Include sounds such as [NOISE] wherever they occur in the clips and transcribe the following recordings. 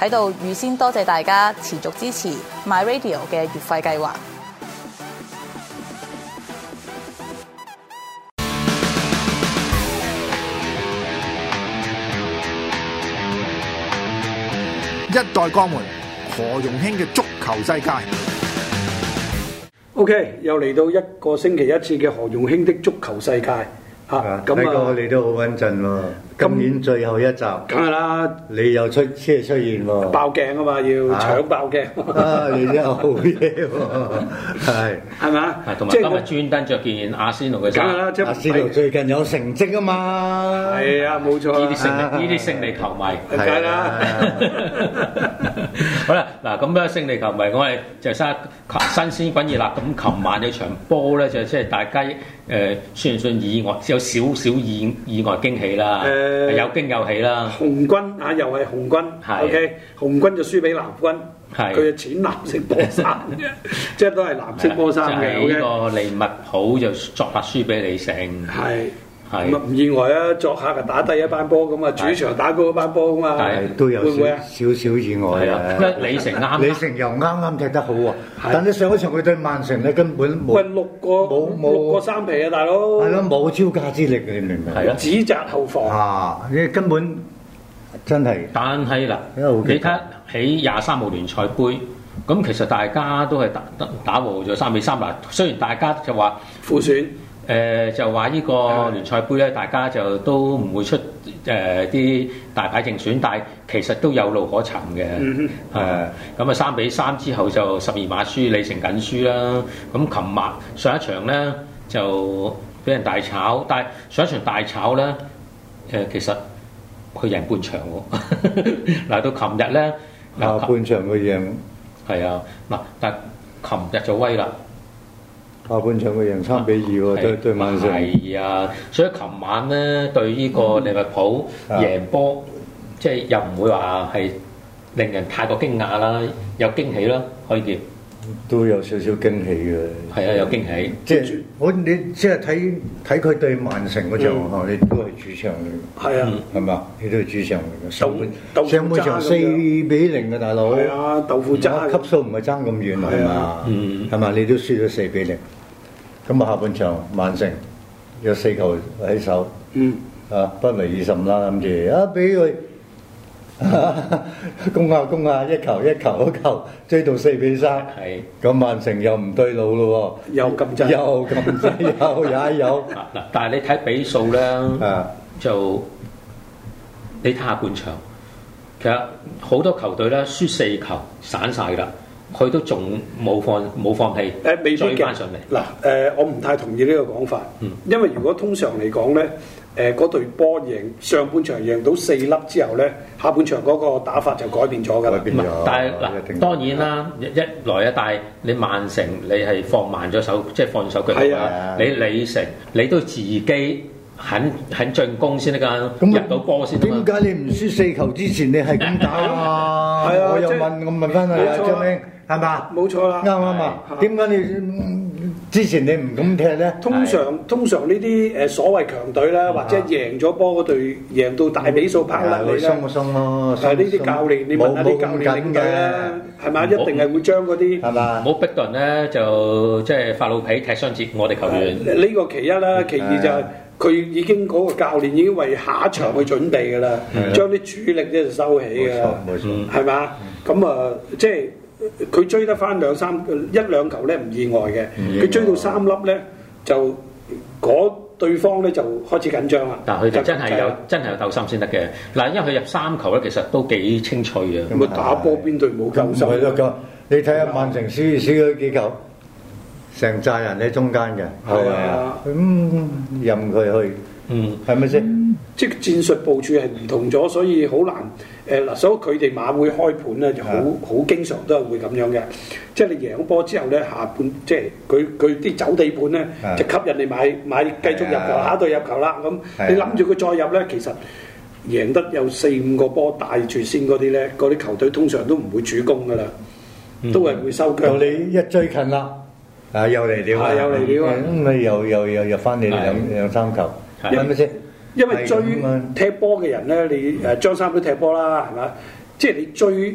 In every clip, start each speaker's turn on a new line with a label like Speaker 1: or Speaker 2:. Speaker 1: 喺度預先多謝大家持續支持 My Radio 嘅月費計劃。
Speaker 2: 一代鋼門何容興嘅足球世界。
Speaker 3: OK，又嚟到一個星期一次嘅何容興的足球世界嚇，咁
Speaker 4: 睇過
Speaker 3: 啊，
Speaker 4: 你都好穩陣喎，今年最後一集，
Speaker 3: 梗係啦，
Speaker 4: 你又出車出現喎，
Speaker 3: 爆鏡啊嘛，要
Speaker 4: 啊
Speaker 3: 搶爆
Speaker 5: [LAUGHS]
Speaker 3: 鏡，
Speaker 4: 啊！你真係好嘢喎，係
Speaker 3: 係咪啊
Speaker 5: 啊，？同埋
Speaker 3: 即
Speaker 5: 今
Speaker 3: 係我
Speaker 5: 日專登着件阿仙奴嘅
Speaker 3: 梗
Speaker 5: 衫，
Speaker 3: 係
Speaker 5: 呢
Speaker 3: 啦，即
Speaker 4: 阿仙奴
Speaker 3: 係
Speaker 4: 最近有成績啊嘛，
Speaker 3: 係啊，冇錯
Speaker 5: 啲
Speaker 3: 啊，
Speaker 5: 勝利呢啲勝
Speaker 3: [LAUGHS]
Speaker 5: 利球迷。
Speaker 3: 梗係啦，
Speaker 5: 好啦，嗱咁咧勝利球迷，我哋就新新鮮滾熱辣。咁琴晚有場波咧，就即係大家誒、呃算唔算意外？有少少意意外驚喜啦，
Speaker 3: 誒
Speaker 5: 有驚有喜啦。
Speaker 3: 紅軍啊，又係紅軍
Speaker 5: 係
Speaker 3: ，OK，紅軍就輸俾藍軍，
Speaker 5: 係
Speaker 3: 佢嘅淺藍色波衫，
Speaker 5: [LAUGHS]
Speaker 3: 即係都係藍色波衫嘅
Speaker 5: 就係呢
Speaker 3: ，OK，
Speaker 5: 個利物浦就作客輸俾李成，
Speaker 3: 係。
Speaker 5: 係
Speaker 3: 咁啊唔意外啊！作客啊打低一班波咁啊，主場打高一班波咁啊
Speaker 5: 係
Speaker 4: 係，都有
Speaker 3: 會唔
Speaker 4: 少
Speaker 3: 會啊？
Speaker 4: 少少意外
Speaker 5: 係啊，因為
Speaker 4: 啊。
Speaker 5: 李成啱
Speaker 4: 李
Speaker 5: 啱
Speaker 4: 成又啱啱踢得好喎，
Speaker 3: 係
Speaker 4: 但你上一場佢對曼城咧根本冇
Speaker 3: 喂，，六個
Speaker 4: 冇冇
Speaker 3: 六個三皮啊，大佬，
Speaker 4: 係咯冇招架之力嘅，你明唔明？
Speaker 5: 係啊
Speaker 3: 指責後防，
Speaker 4: 啊，你根本真係
Speaker 5: 但係嗱，
Speaker 4: 因為好
Speaker 5: 你
Speaker 4: 激動
Speaker 5: 睇喺廿三號聯賽杯，咁其實大家都係打打打和咗三比三嗱。雖然大家就話
Speaker 3: 副選
Speaker 5: 誒、呃就話呢個聯賽杯咧，大家就都唔會出誒啲、大牌正選，但係其實都有路可尋嘅。
Speaker 3: 嗯
Speaker 5: 係啊咁啊三比三之後就十二碼輸，李成緊輸啦。咁琴晚上一場咧就俾人大炒，但係上一場大炒咧誒、呃其實佢贏半場喎。 [LAUGHS] 嗱到琴日咧，
Speaker 4: 下
Speaker 5: 嗱
Speaker 4: 啊半場嘅贏，
Speaker 5: 係啊嗱，但係琴日就威啦。
Speaker 4: 下半場嘅贏三比二喎，對對曼城。
Speaker 5: 啊係啊，所以琴晚咧對呢個
Speaker 3: 嗯
Speaker 5: 利物浦
Speaker 4: 啊
Speaker 5: 贏波，即係又唔會話係令人太過驚訝啦，有驚喜啦，可以叫
Speaker 4: 都有少少驚喜嘅。
Speaker 3: 嗯
Speaker 5: 係啊，有驚喜。
Speaker 4: 即係我你即係睇睇佢對曼城嗰場，哦你都係主場嚟
Speaker 3: 係啊，
Speaker 4: 嘅，係嘛？你都係主場嚟嘅。上
Speaker 3: 鬥
Speaker 4: 半上半場四比零嘅大佬，
Speaker 3: 係啊，豆腐渣
Speaker 4: 級數唔係爭咁遠係
Speaker 3: 係
Speaker 4: 嘛
Speaker 3: 啊？
Speaker 5: 嗯
Speaker 4: 係嘛？你都輸咗四比零，咁啊下半場曼城有四球喺手。
Speaker 3: 嗯，
Speaker 4: 啊，不為二十五啦，諗住啊，俾 [LAUGHS] 佢攻下攻下，一球一球一球，追到四比三。
Speaker 5: 係
Speaker 4: 咁曼城又唔對路咯
Speaker 3: 又咁
Speaker 4: 喎，
Speaker 3: 真，
Speaker 4: 又咁滯， [LAUGHS] 又也有
Speaker 5: 嗱啊嗱，但係你睇比數咧，
Speaker 4: 啊，
Speaker 5: 就你睇下半場，其實好多球隊咧輸四球散晒啦，佢都仲冇放冇放棄，
Speaker 3: 誒未必
Speaker 5: 追
Speaker 3: 嘅
Speaker 5: 翻上嚟。
Speaker 3: 嗱誒，我唔太同意呢個講法，
Speaker 4: 嗯
Speaker 3: 因為如果通常嚟講咧，誒嗰隊波贏上半場贏到四粒之後咧，下半場嗰個打法就改變咗㗎
Speaker 4: 改
Speaker 3: 啦。
Speaker 4: 變
Speaker 5: 唔係
Speaker 4: 咗。
Speaker 5: 但係
Speaker 4: 哎一定
Speaker 5: 嗱，當然啦，一一來啊，但係你曼城你係放慢咗手，即係放手腳
Speaker 3: 係
Speaker 4: 啊
Speaker 5: 你李成你都自己肯肯進攻先得㗎，
Speaker 4: 咁
Speaker 5: 入到波先得啊嘛
Speaker 4: 點。解你唔輸四球之前你係咁打啊？
Speaker 3: 係啊
Speaker 4: 我又
Speaker 3: 即係
Speaker 4: 問，我問翻你啊，
Speaker 3: 冇錯啊冇錯啦
Speaker 4: 張明係嘛？啱啱啊？點解你嗯之前你唔咁踢咧？
Speaker 3: 通常通常呢啲誒所謂強隊
Speaker 4: 啊
Speaker 3: 啦，或者贏咗波嗰隊贏到大比
Speaker 4: 嗯
Speaker 3: 數拍甩你
Speaker 4: 係
Speaker 3: 啦
Speaker 4: 鬆。一鬆咯，
Speaker 3: 係呢啲教練，你問下啲教練領隊啦，係咪啊？一定係會將嗰啲
Speaker 4: 係嘛？
Speaker 5: 冇逼到人咧，就即係發老脾踢傷折我哋球
Speaker 3: Ờ,
Speaker 5: 員。
Speaker 4: 啊
Speaker 3: 呢個其一啦，其二就係佢已經嗰個教練已經為下一場去準備㗎啦，將啲主力咧就收起
Speaker 4: 冇
Speaker 3: 㗎
Speaker 4: 錯
Speaker 3: 啦，
Speaker 4: 冇錯，
Speaker 3: 係咪啊？咁啊，即係佢追得翻兩三一兩球咧唔意外嘅，
Speaker 4: 意外
Speaker 3: 佢追到三粒咧就嗰對方咧就開始緊張啦。
Speaker 5: 但係佢哋真係
Speaker 3: 就
Speaker 4: 啊
Speaker 5: 有真係有鬥心先得嘅。嗱，因為佢入三球咧，其實都幾清脆嘅。
Speaker 3: 咁啊打波邊隊冇
Speaker 4: 咁
Speaker 3: 救
Speaker 4: 唔
Speaker 3: 心
Speaker 4: 係咯咁，你睇下曼城輸輸咗幾球，成扎人喺中間嘅，係咪啊？咁任佢去，
Speaker 5: 嗯，
Speaker 4: 係咪先？
Speaker 3: 嗯即係戰術部署係唔同咗，所以好難誒、誒嗱，所以佢哋馬會開盤咧就好
Speaker 4: 啊
Speaker 3: 好經常都係會咁樣嘅，即係你贏咗波之後咧，下半即係佢佢啲走地盤咧
Speaker 4: 啊
Speaker 3: 就吸引你買買繼續入球，
Speaker 4: 係啊
Speaker 3: 下一隊入球啦咁，你諗住佢再入咧，其實贏得有四五個波帶住先嗰啲咧，嗰啲球隊通常都唔會主攻噶啦，
Speaker 4: 嗯
Speaker 3: 都係會收腳。
Speaker 4: 到你一追近啦，啊又嚟料
Speaker 3: 啊又嚟了啊
Speaker 4: 咁咪又又又入翻你兩
Speaker 5: 係
Speaker 4: 兩三球，
Speaker 5: 係
Speaker 4: 係咪先？
Speaker 3: 因為追
Speaker 4: 係咁啊
Speaker 3: 踢波嘅人咧，你誒張三都踢波啦，係咪？即係你追，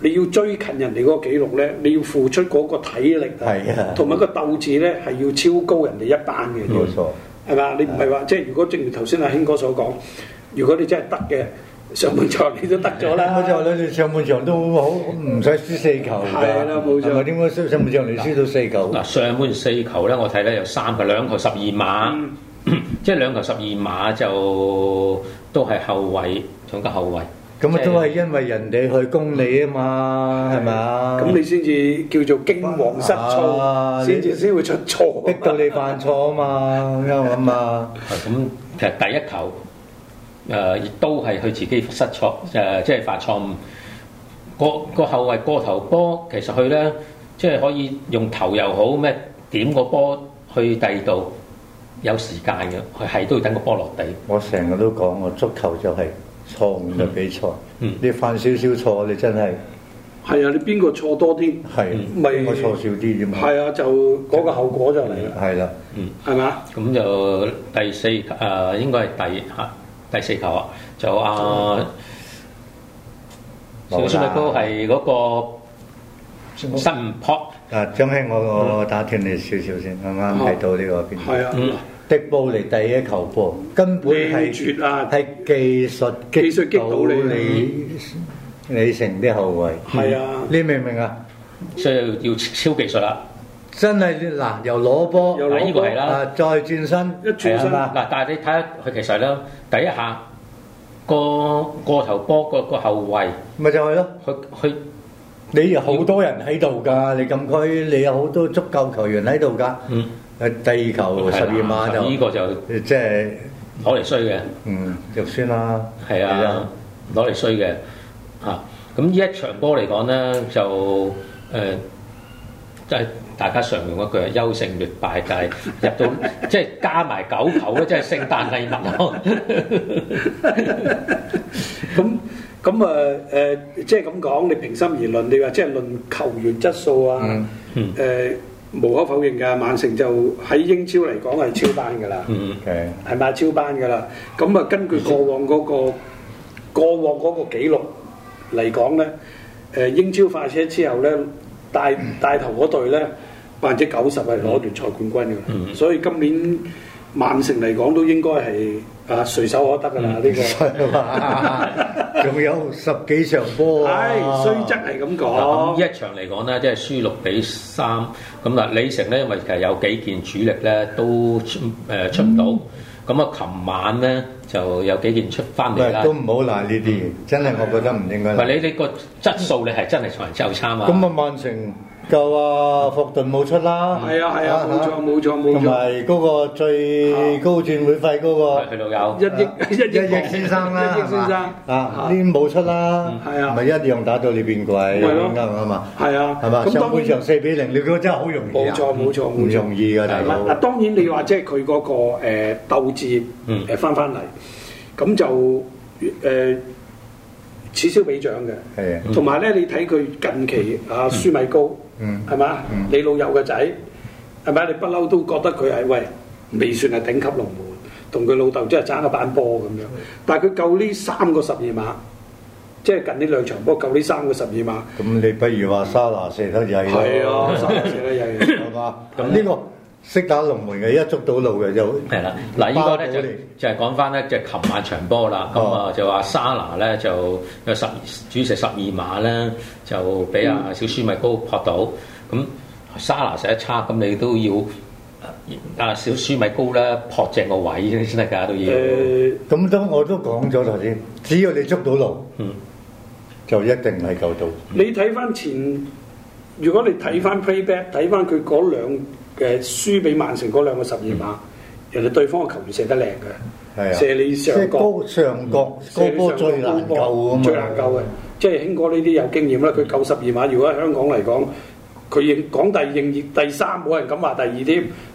Speaker 3: 你要追近人哋嗰個紀錄咧，你要付出嗰個體力
Speaker 4: 係啊
Speaker 3: 同埋個鬥志咧係要超高人哋一班嘅，
Speaker 4: 冇錯，
Speaker 3: 係嘛？你唔係話即係如果正如頭先阿興哥所講，如果你真係得嘅，上半場你都得咗啦。
Speaker 4: 我就話你上半場都好唔使輸四球㗎，
Speaker 3: 係啦冇錯
Speaker 4: 係咪點解上半場你輸到四球？啊
Speaker 5: 嗱，上半四球咧，我睇咧有三球，兩球十二碼， [COUGHS] 即係兩球十二碼就都係後衞，兩個後衞。
Speaker 4: 咁啊
Speaker 5: 即係
Speaker 4: 都係因為人哋去攻你啊嘛，係咪啊？
Speaker 3: 咁你先至叫做驚惶失措，
Speaker 4: 啊
Speaker 3: 先至先會出錯。
Speaker 4: 逼到你犯錯啊嘛，啱唔啱啊？
Speaker 5: 係咁其實第一球誒、亦都係佢自己失錯誒、即係犯錯誤。個個後衞過頭波，其實佢咧即係可以用頭又好咩點個波去第二度，有時間嘅，佢係都要等個波落地。
Speaker 4: 我成日都講，我足球就係錯誤嘅比賽，
Speaker 5: 嗯
Speaker 4: 你犯少少錯，你真係
Speaker 3: 係啊，你邊個錯多啲，
Speaker 4: 係
Speaker 3: 咪
Speaker 4: 我錯少啲啫嘛，
Speaker 3: 嗯係啊，啊就嗰個後果就嚟啦，
Speaker 4: 係啦，
Speaker 3: 係啊嘛？
Speaker 5: 咁就第四誒、呃，應該係第嚇、第四球啊，就啊小
Speaker 4: 冇
Speaker 5: 蘇米
Speaker 4: 啦
Speaker 5: 高係嗰個失誤撲。
Speaker 4: 啊，張兄，我我我打斷你少少先，啱啱
Speaker 3: 好
Speaker 4: 睇到呢個邊？
Speaker 3: 係啊。
Speaker 5: 嗯
Speaker 4: 迪布尼第一球波根本係
Speaker 3: 你絕啊
Speaker 4: 係技術
Speaker 3: 技術擊
Speaker 4: 到
Speaker 3: 到你
Speaker 4: 你，你成啲後衞。
Speaker 3: 係啊
Speaker 4: 你明唔明啊？
Speaker 5: 所以要超技術啦。
Speaker 4: 真係嗱，又攞波，
Speaker 3: 又攞
Speaker 5: 嗱，呢個係
Speaker 4: 啊
Speaker 5: 啦，，
Speaker 4: 再轉身，
Speaker 3: 一轉身
Speaker 4: 係嘛
Speaker 5: 嗱，但係你睇下佢其實咧，第一下個個頭波個個後衞，
Speaker 4: 咪就係咯。
Speaker 5: 佢佢
Speaker 4: 你有好多人喺度㗎，你禁區你有好多足夠球員喺度㗎。
Speaker 5: 嗯，
Speaker 4: 誒第二球十二碼就
Speaker 5: 呢個就
Speaker 4: 即係
Speaker 5: 攞嚟衰嘅，
Speaker 4: 嗯肉酸啦。
Speaker 5: 係啊，攞嚟衰嘅嚇。咁呢一場波嚟講咧，就誒即係大家常用一句係優勝劣敗，但係入
Speaker 4: [LAUGHS]
Speaker 5: 到即係加埋九球咧，即係聖誕禮物咯。
Speaker 4: [LAUGHS]
Speaker 3: 咁咁啊誒，即係咁講，你平心而論，你話即係論球員質素啊，誒、
Speaker 5: 嗯
Speaker 3: 無可否認㗎，曼城就喺英超嚟講係超班㗎啦，
Speaker 5: 嗯，
Speaker 4: 嘅
Speaker 3: 係咪、超班㗎啦？咁啊，根據過往嗰、個過往嗰個記錄嚟講咧，誒、英超快車之後咧，帶帶頭嗰隊咧百分之九十係攞聯賽冠軍㗎啦，所以今年曼城嚟講都應該係啊隨手可得㗎啦呢個。
Speaker 4: [LAUGHS] 仲有十幾場波啊
Speaker 3: 唉，雖則係咁
Speaker 5: 咁
Speaker 3: 講，
Speaker 5: 呢一場嚟講咧，即係輸六比三。咁嗱，李成咧，因為其實有幾件主力咧都出誒、出唔
Speaker 4: 嗯
Speaker 5: 到。咁啊，琴晚咧就有幾件出翻
Speaker 4: 唔
Speaker 5: 嚟啦嗯
Speaker 4: 係。都唔好賴呢啲嘢，真係我覺得唔應該
Speaker 5: 唔
Speaker 4: 賴。
Speaker 5: 係你你個質素，你係真係同人就差嘛？
Speaker 4: 咁啊，曼城夠啊，霍頓冇出啦。
Speaker 3: 係啊係啊冇錯
Speaker 4: 嚇
Speaker 3: 冇錯冇啊錯
Speaker 4: 同埋嗰個最高轉會費嗰個
Speaker 5: 係佢老
Speaker 3: 一
Speaker 5: 友。
Speaker 3: 億 [LAUGHS]
Speaker 4: 一
Speaker 3: 一億
Speaker 4: 億先生啦，
Speaker 3: 一億先生
Speaker 4: 係嘛啊，呢冇出啦，
Speaker 3: 係啊
Speaker 4: 咪一樣打到你變鬼，
Speaker 3: 咪咯
Speaker 4: 啱唔啱啊？
Speaker 3: 係啊
Speaker 4: 係嘛？
Speaker 3: 咁
Speaker 4: 上
Speaker 3: 當
Speaker 4: 半
Speaker 3: 然
Speaker 4: 場四比零，你覺得真係好容易
Speaker 3: 冇
Speaker 4: 啊？
Speaker 3: 錯冇錯
Speaker 4: 唔
Speaker 3: 冇錯。
Speaker 4: 容易㗎，大
Speaker 3: 嗱
Speaker 4: 佬。
Speaker 3: 嗱，當然你話即係佢嗰個誒鬥志
Speaker 5: 嗯
Speaker 3: 誒翻翻嚟，咁就誒此消彼長嘅。
Speaker 4: 係啊，
Speaker 3: 同埋咧，你睇佢近期啊，舒米高
Speaker 4: 嗯，
Speaker 3: 係嘛？你老友嘅仔係咪？你不嬲都覺得佢係喂未算係頂級龍門，同佢老豆真係爭一板波咁樣。
Speaker 4: 嗯
Speaker 3: 但係佢夠呢三個十二碼，即係近呢兩場波夠呢三個十二碼。
Speaker 4: 咁你不如話沙拿射得曳咯，
Speaker 3: 係啊，三十四啦又
Speaker 4: [LAUGHS]
Speaker 3: 係。
Speaker 4: 係嘛？咁呢個識打龍門嘅，一捉到路嘅就
Speaker 5: 係啦，嗱，呢個
Speaker 4: 包
Speaker 5: 咧就
Speaker 4: 到你
Speaker 5: 就係講翻咧，就係琴晚場波啦。咁啊，就話沙拿咧就有十主射十二碼咧，就俾阿小舒米高撲到。咁沙拿射得差，咁你都要阿小舒米高咧撲正個位先先得㗎，都要。
Speaker 3: 誒，
Speaker 4: 咁都我都講咗頭先，只要你捉到路，
Speaker 5: 嗯
Speaker 4: 就一定係救到。
Speaker 3: 你睇翻前，如果你睇翻 playback，睇翻佢嗰兩誒輸俾曼城嗰兩個十二碼，人哋對方嘅球員射得靚嘅，
Speaker 4: 嗯係啊
Speaker 3: 射你
Speaker 4: 即
Speaker 3: 上角。嗯
Speaker 4: 係高上角高波最難救啊嘛，
Speaker 3: 最難救嘅。即係興哥呢啲有經驗啦，佢九十二碼，如果喺香港嚟講，佢認講第二認第三，冇人敢話第二添。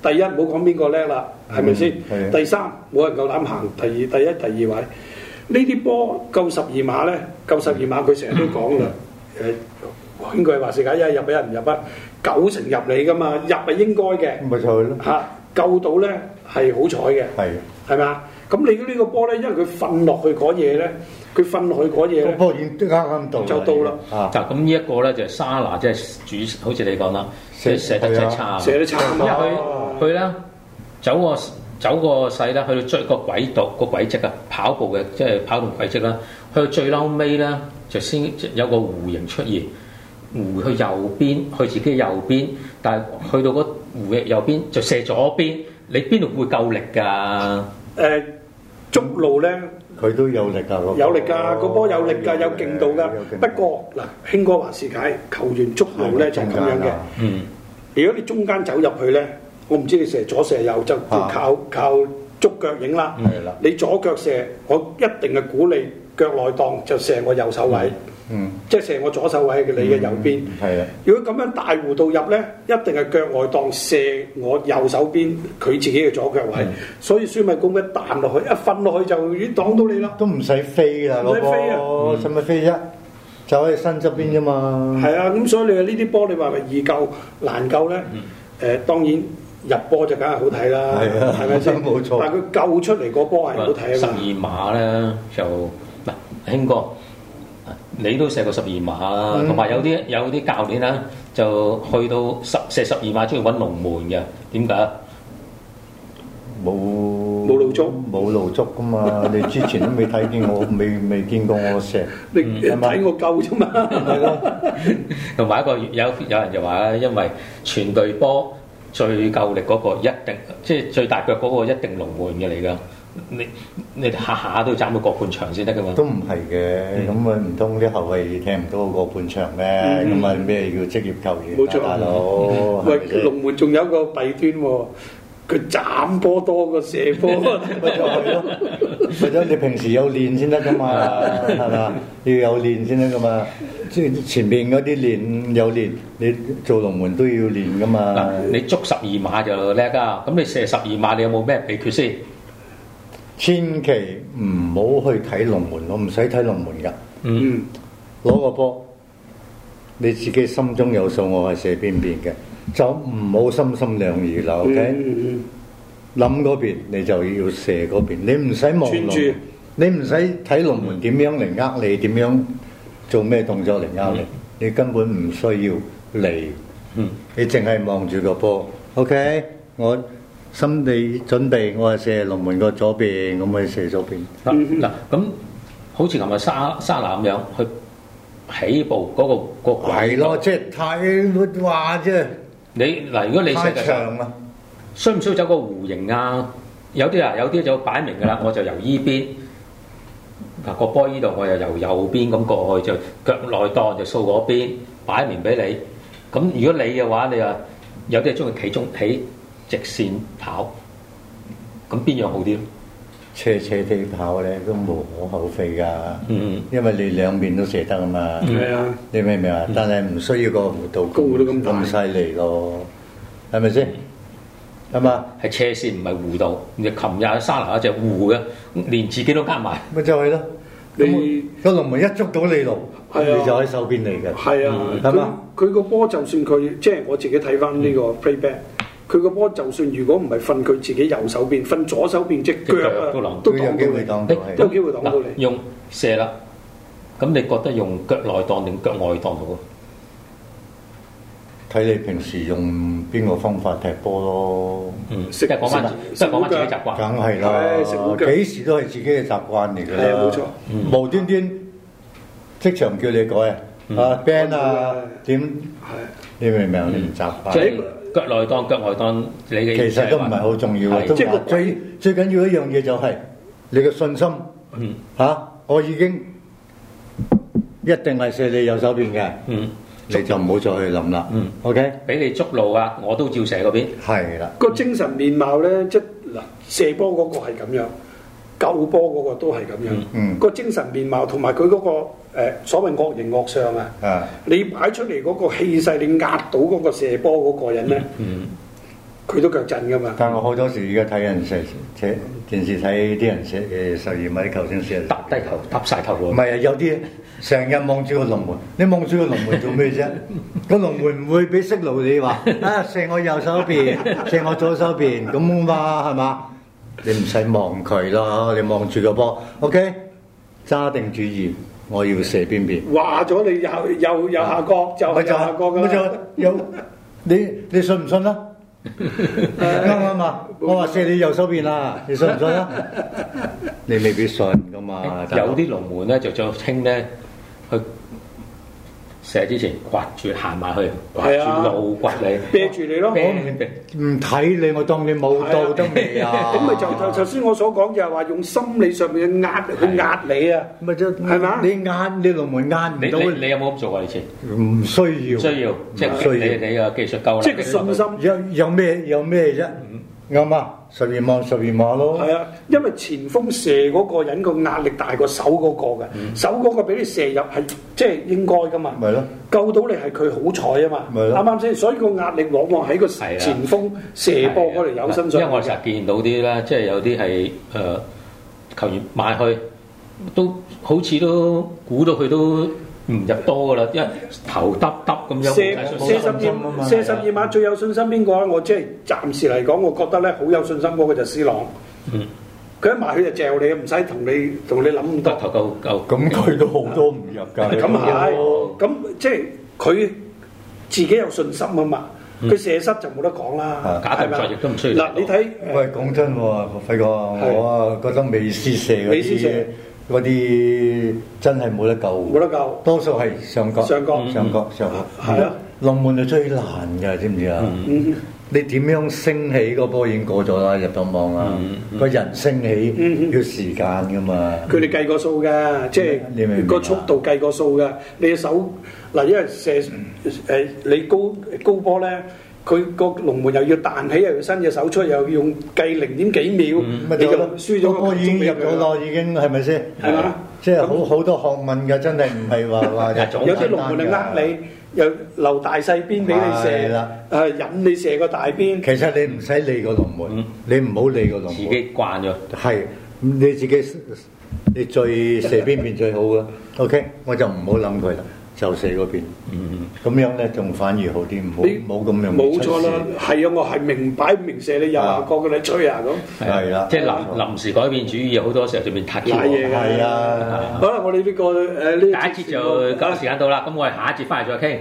Speaker 3: 第一唔好講邊個叻啦，係咪先？
Speaker 4: 嗯係
Speaker 3: 第三冇人夠膽行第二第一第二位。呢啲波夠十二碼咧，夠十二碼佢成日都講啦，誒、應該係話事解一入俾人唔入啊，九成入你噶嘛，入係應該嘅
Speaker 4: 咪就係咯，
Speaker 3: 嚇、救到咧係好彩嘅。
Speaker 4: 係
Speaker 3: 係咪啊？咁你呢個波咧，因為佢瞓落去嗰嘢咧，佢瞓落去嗰嘢
Speaker 4: 個
Speaker 3: 咧，
Speaker 4: 波已經啱啱到
Speaker 3: 就到啦
Speaker 4: 啊！
Speaker 5: 嗱，咁呢一個咧就係沙拿，即係主，好似你講啦，即係射得真係差。
Speaker 3: 射得差啊
Speaker 5: 因為佢
Speaker 3: 嘛。
Speaker 5: 佢咧走個走個勢咧，去到最個軌道個軌跡啊，跑步嘅即係跑動軌跡啦，去到最嬲尾咧就先有個弧形出現，弧去右邊，去自己右邊，但係去到嗰弧嘅右邊就射左邊，你邊度會夠力㗎？
Speaker 3: 誒捉路咧
Speaker 4: 佢都有力㗎，
Speaker 3: 有力㗎，個波有力㗎，有勁度㗎。不過嗱，興哥話事解球員捉路咧就係咁樣
Speaker 4: Dạ,
Speaker 3: 嘅。
Speaker 5: 嗯，
Speaker 3: 如果你中間走入去咧，我唔知你射左射右，就
Speaker 4: 啊
Speaker 3: 靠靠捉腳影啦。
Speaker 4: 係啦
Speaker 3: 你左腳射，我一定係估你腳內檔就射我右手位，
Speaker 4: 嗯
Speaker 3: 即係射我左手位嘅你嘅右邊。
Speaker 4: 係啊，
Speaker 3: 如果咁樣大弧度入咧，一定係腳外檔射我右手邊佢自己嘅左腳
Speaker 4: 嗯
Speaker 3: 位，所以孫米公一彈落去，一瞓落去就已經擋到你啦。
Speaker 4: 都唔使飛啦
Speaker 3: 唔使
Speaker 4: 個
Speaker 3: 飛啊
Speaker 4: 波，使乜飛啫？就喺身側邊啫嘛，
Speaker 3: 係啊，咁所以你話呢啲波你話咪易救難救咧？誒、當然入波就梗係好睇啦，
Speaker 4: 嗯係啊
Speaker 3: 係咪先？
Speaker 4: [LAUGHS] 冇錯
Speaker 3: 但係佢救出嚟個波係好睇
Speaker 5: 十
Speaker 3: 啊嘛。
Speaker 5: 二碼咧就嗱，興哥，你都射過十二碼，同埋、有啲有啲教練咧就去到十射十二碼，中意揾龍門嘅，點解？
Speaker 4: 冇
Speaker 3: 冇露足
Speaker 4: 冇露足㗎嘛！你之前都未睇見我，未未見過我射，
Speaker 3: 你你
Speaker 4: Ừ.
Speaker 3: 睇我救啫嘛。
Speaker 4: 嗯係咯。
Speaker 5: 同埋一個有有人就話咧，因為全隊波最夠力嗰個一定，即係最大腳嗰個一定龍門嘅嚟㗎。你你下下都要斬到個半場先得㗎嘛？
Speaker 4: 都唔係嘅，咁啊唔通啲後衞聽唔到個半場咩？咁啊咩叫職業球員？
Speaker 3: 冇錯
Speaker 4: 大佬，
Speaker 3: [LAUGHS] 喂
Speaker 4: 係咪，先
Speaker 3: 龍門仲有一個弊端喎，佢斬波多過射波。
Speaker 4: [LAUGHS] 咪就係咯，咪咗你平時有練先得噶嘛，係嘛？要有練先得噶嘛。即係前面嗰啲練有練，你做龍門都要練噶嘛
Speaker 5: 嗱。，你捉十二碼就叻㗎，咁你射十二碼你有冇咩秘訣先？
Speaker 4: 千祈唔好去睇龍門，我唔使睇龍門㗎。
Speaker 3: 嗯，
Speaker 4: 攞個波，你自己心中有數，我係射邊邊嘅，就唔好心心兩意啦。OK，
Speaker 3: 嗯
Speaker 4: 諗嗰邊你就要射嗰邊，你唔使望龍
Speaker 3: 專注
Speaker 4: 門，你唔使睇龍門點樣嚟呃你，點樣做咩動作嚟呃你，你根本唔需要理，
Speaker 5: 嗯
Speaker 4: 你淨係望住個波。OK，我心理準備，我係射龍門個左邊，咁咪射左邊。
Speaker 5: 嗱嗱，咁好似琴日沙沙拿咁樣，佢起步嗰、個、個軌
Speaker 4: 係咯，即係太哇，即係
Speaker 5: 你嗱，如果你
Speaker 4: 太
Speaker 5: 識嘅，
Speaker 4: 長啦。
Speaker 5: 需唔需要走個弧形啊？有啲啊，有啲就擺明㗎啦，我就由依邊嗱個波依度，我就由右邊咁過去，就腳內檔就掃嗰邊，擺明俾你。咁如果你嘅話，你啊有啲係中意企中起直線跑，咁邊樣好啲咧？
Speaker 4: 斜斜地跑咧都無可厚非㗎，
Speaker 5: 嗯
Speaker 4: 因為你兩面都射得啊嘛，
Speaker 3: 嗯，係啊。
Speaker 4: 你明唔明啊？但係唔需要個弧度
Speaker 3: 高到咁大
Speaker 4: 咁犀利咯，係咪先？係嘛？
Speaker 5: 係斜線唔係弧度，你琴日沙拿一隻弧嘅，連自己都加埋。
Speaker 4: 咪就係咯，
Speaker 3: 你
Speaker 4: 咁個龍門一捉到你路，
Speaker 3: 係啊
Speaker 4: 你就喺手邊嚟嘅，
Speaker 3: 係啊，
Speaker 4: 嗯係
Speaker 3: 佢
Speaker 4: 嘛？嗯
Speaker 3: 佢個波就算佢即係我自己睇翻呢個 playback，佢個波就算如果唔係瞓佢自己右手邊，瞓左手邊只腳啊
Speaker 5: 隻腳都擋，
Speaker 3: 都
Speaker 4: 都有
Speaker 3: 擋
Speaker 4: 機會
Speaker 3: 到
Speaker 4: 擋
Speaker 3: 你。都
Speaker 4: 到係
Speaker 3: 有。機會擋到
Speaker 5: 嗱
Speaker 3: 你。
Speaker 5: 用射啦，咁你覺得用腳內檔定腳外檔好啊？
Speaker 4: 睇你平時用邊個方法踢波咯，
Speaker 5: 嗯，即
Speaker 3: 食
Speaker 5: 係講翻，
Speaker 3: 食
Speaker 5: 即係講翻自己
Speaker 3: 腳
Speaker 5: 習慣。
Speaker 4: 梗係啦
Speaker 3: 係食烏，腳
Speaker 4: 幾時都係自己嘅習慣嚟㗎
Speaker 3: 係
Speaker 4: 啦，
Speaker 3: 啊冇錯
Speaker 4: 無端端即場叫你改啊，啊 band 啊
Speaker 3: 嗯
Speaker 4: 點？
Speaker 3: 係
Speaker 4: 你明唔明？你唔習慣，
Speaker 5: 即係腳內檔、腳外檔，你嘅
Speaker 4: 其實都唔係好重要嘅。
Speaker 5: 係
Speaker 4: 都
Speaker 3: 即係個
Speaker 4: 話最最緊要一樣嘢就係你嘅信心
Speaker 5: 嗯
Speaker 4: 嚇，我已經一定係射你右手邊嘅，
Speaker 5: 嗯，
Speaker 4: 你就唔好再去諗啦
Speaker 5: 嗯。
Speaker 4: OK，
Speaker 5: 俾你捉路啊，我都照射嗰邊。
Speaker 4: 係啦，
Speaker 3: 個精神面貌咧，即嗱射波嗰個係咁樣，救波嗰個都係咁樣，
Speaker 4: 嗯
Speaker 3: 個精神面貌同埋佢嗰個、呃、所謂惡形惡相啊，
Speaker 4: 啊
Speaker 3: 你擺出嚟嗰個氣勢，你壓到嗰個射波嗰個人咧，
Speaker 4: 嗯
Speaker 3: 佢、都腳震噶嘛。
Speaker 4: 但我好多時而家睇人射射電視睇啲人射誒十二米球星射，
Speaker 5: 耷低頭，耷晒頭
Speaker 4: 唔
Speaker 5: 喎。
Speaker 4: 係啊，有啲成日望住個龍門，你望住個龍門做咩啫？
Speaker 3: [LAUGHS]
Speaker 4: 個龍門唔會俾息路你話啊，射我右手邊，射我左手邊咁嘛，係嘛？你唔使望佢咯，你望住個波，OK？揸定主意，我要射邊邊。
Speaker 3: 話咗你右右右下角就係
Speaker 4: 啊咪
Speaker 3: 右下角噶
Speaker 4: 咪就
Speaker 3: 啦
Speaker 4: 係，有你你信唔信啦？啱唔啱啊？我話射你右手邊啦，你信唔信啊？你未必信噶嘛，大佬
Speaker 5: 有啲龍門咧就最清咧，去射之前刮住行埋去，刮
Speaker 3: 係啊
Speaker 5: 住路刮你，
Speaker 3: 啤住你咯。
Speaker 5: 啤
Speaker 4: 唔睇你，我當你冇到得未啊？
Speaker 3: [LAUGHS] 咁咪就頭頭先我所講就係話用心理上面嘅壓去壓你啊。
Speaker 4: 咪就
Speaker 3: 係嘛
Speaker 4: 你壓你龍門壓唔
Speaker 5: 你
Speaker 4: 到，
Speaker 5: 你你有冇咁做啊？以前
Speaker 4: 唔需要，
Speaker 5: 需要，即
Speaker 4: 唔
Speaker 5: 係
Speaker 4: 需
Speaker 5: 你
Speaker 4: 要。
Speaker 5: 你嘅技術夠啦，
Speaker 3: 即係個信心。
Speaker 4: 有有咩有咩啫？啱啊！十二望十二碼咯，
Speaker 3: 係啊，因為前鋒射嗰個人個壓力大過手嗰個嘅，手嗰個俾你射入係即係應該噶嘛。
Speaker 4: 嗯咪咯，
Speaker 3: 救到你係佢好彩啊嘛。
Speaker 4: 咪咯
Speaker 3: 啱唔啱先？所以個壓力往往喺個
Speaker 5: 係啊
Speaker 3: 前鋒射波嗰條友身上。
Speaker 5: 因為我成日見到啲啦，即係有啲係誒球員買去，都好似都估到佢都唔入多噶啦，因為頭耷耷咁樣。
Speaker 3: 射
Speaker 5: 冇
Speaker 3: 射
Speaker 5: 晒信
Speaker 3: 十
Speaker 5: 心啊
Speaker 3: 二射十二碼最有信心邊個啊？我即係暫時嚟講，我覺得咧好有信心嗰個就係 C 朗。
Speaker 5: 嗯，
Speaker 3: 佢一埋去就嚼你，唔使同你同你諗咁
Speaker 5: 得
Speaker 3: 多。
Speaker 5: 頭夠夠。
Speaker 4: 咁佢都好多唔入㗎。你
Speaker 3: [LAUGHS] 咁
Speaker 4: 都
Speaker 3: 係，咁即係佢自己有信心啊嘛。佢射失就冇得講啦，
Speaker 5: 嗯啊假動作
Speaker 3: 係咪啊
Speaker 5: 亦都唔需要
Speaker 3: 嗱，你睇
Speaker 4: 喂，講真喎，輝哥，我啊覺得美斯射嗰
Speaker 3: 美斯
Speaker 4: 啲
Speaker 3: 射
Speaker 4: 嗰啲真係冇得救，
Speaker 3: 冇得救
Speaker 4: 多數係上角，
Speaker 3: 上角
Speaker 4: 上角，上角，
Speaker 3: 係啊，嗯
Speaker 4: 龍門係最難㗎，知唔知啊？你點樣升起個波已經過咗啦，入咗網啦，
Speaker 3: 嗯
Speaker 4: 個人升起要時間㗎嘛。
Speaker 3: 佢哋計過數嘅，即
Speaker 4: 你明唔
Speaker 3: 係
Speaker 4: 明啊
Speaker 3: 個速度計過數嘅。你嘅手嗱，因為射誒你高高波咧，佢個龍門又要彈起，又要伸隻手出，又要用計零點幾秒，
Speaker 4: 咪
Speaker 3: 你
Speaker 4: 就
Speaker 3: 就
Speaker 4: 係咯
Speaker 3: 輸咗
Speaker 4: 個波已經入咗咯，已經係咪先？
Speaker 3: 啊係嘛
Speaker 4: 即係好好多學問㗎，真係唔係話話
Speaker 5: 有
Speaker 3: 有啲龍門係呃你，又留大細邊俾你
Speaker 4: 係
Speaker 3: 射
Speaker 4: 啦，
Speaker 3: 誒引你射個大邊。
Speaker 4: 其實你唔使理個龍門
Speaker 5: 嗯，
Speaker 4: 你唔好理個龍
Speaker 5: 自
Speaker 4: 門，
Speaker 5: 己慣咗，
Speaker 4: 係你自己你最射邊邊最好嘅。OK，我就唔好諗佢啦，就射嗰邊。
Speaker 5: 嗯，
Speaker 4: 咁樣咧仲反而好啲，唔好
Speaker 3: 你
Speaker 4: 冇咁樣
Speaker 3: 冇
Speaker 4: 出
Speaker 3: 錯
Speaker 4: 事
Speaker 3: 啦，係啊，我係明擺明射你右下角嘅，你吹啊咁。
Speaker 4: 係啊啦
Speaker 5: 即係臨臨時改變主意，好多時候就變突
Speaker 3: 賴嘢㗎
Speaker 4: 係啊，
Speaker 3: 好啦，我哋呢個誒呢
Speaker 5: 第一節就夠時間到啦，咁我哋下一節翻嚟再傾。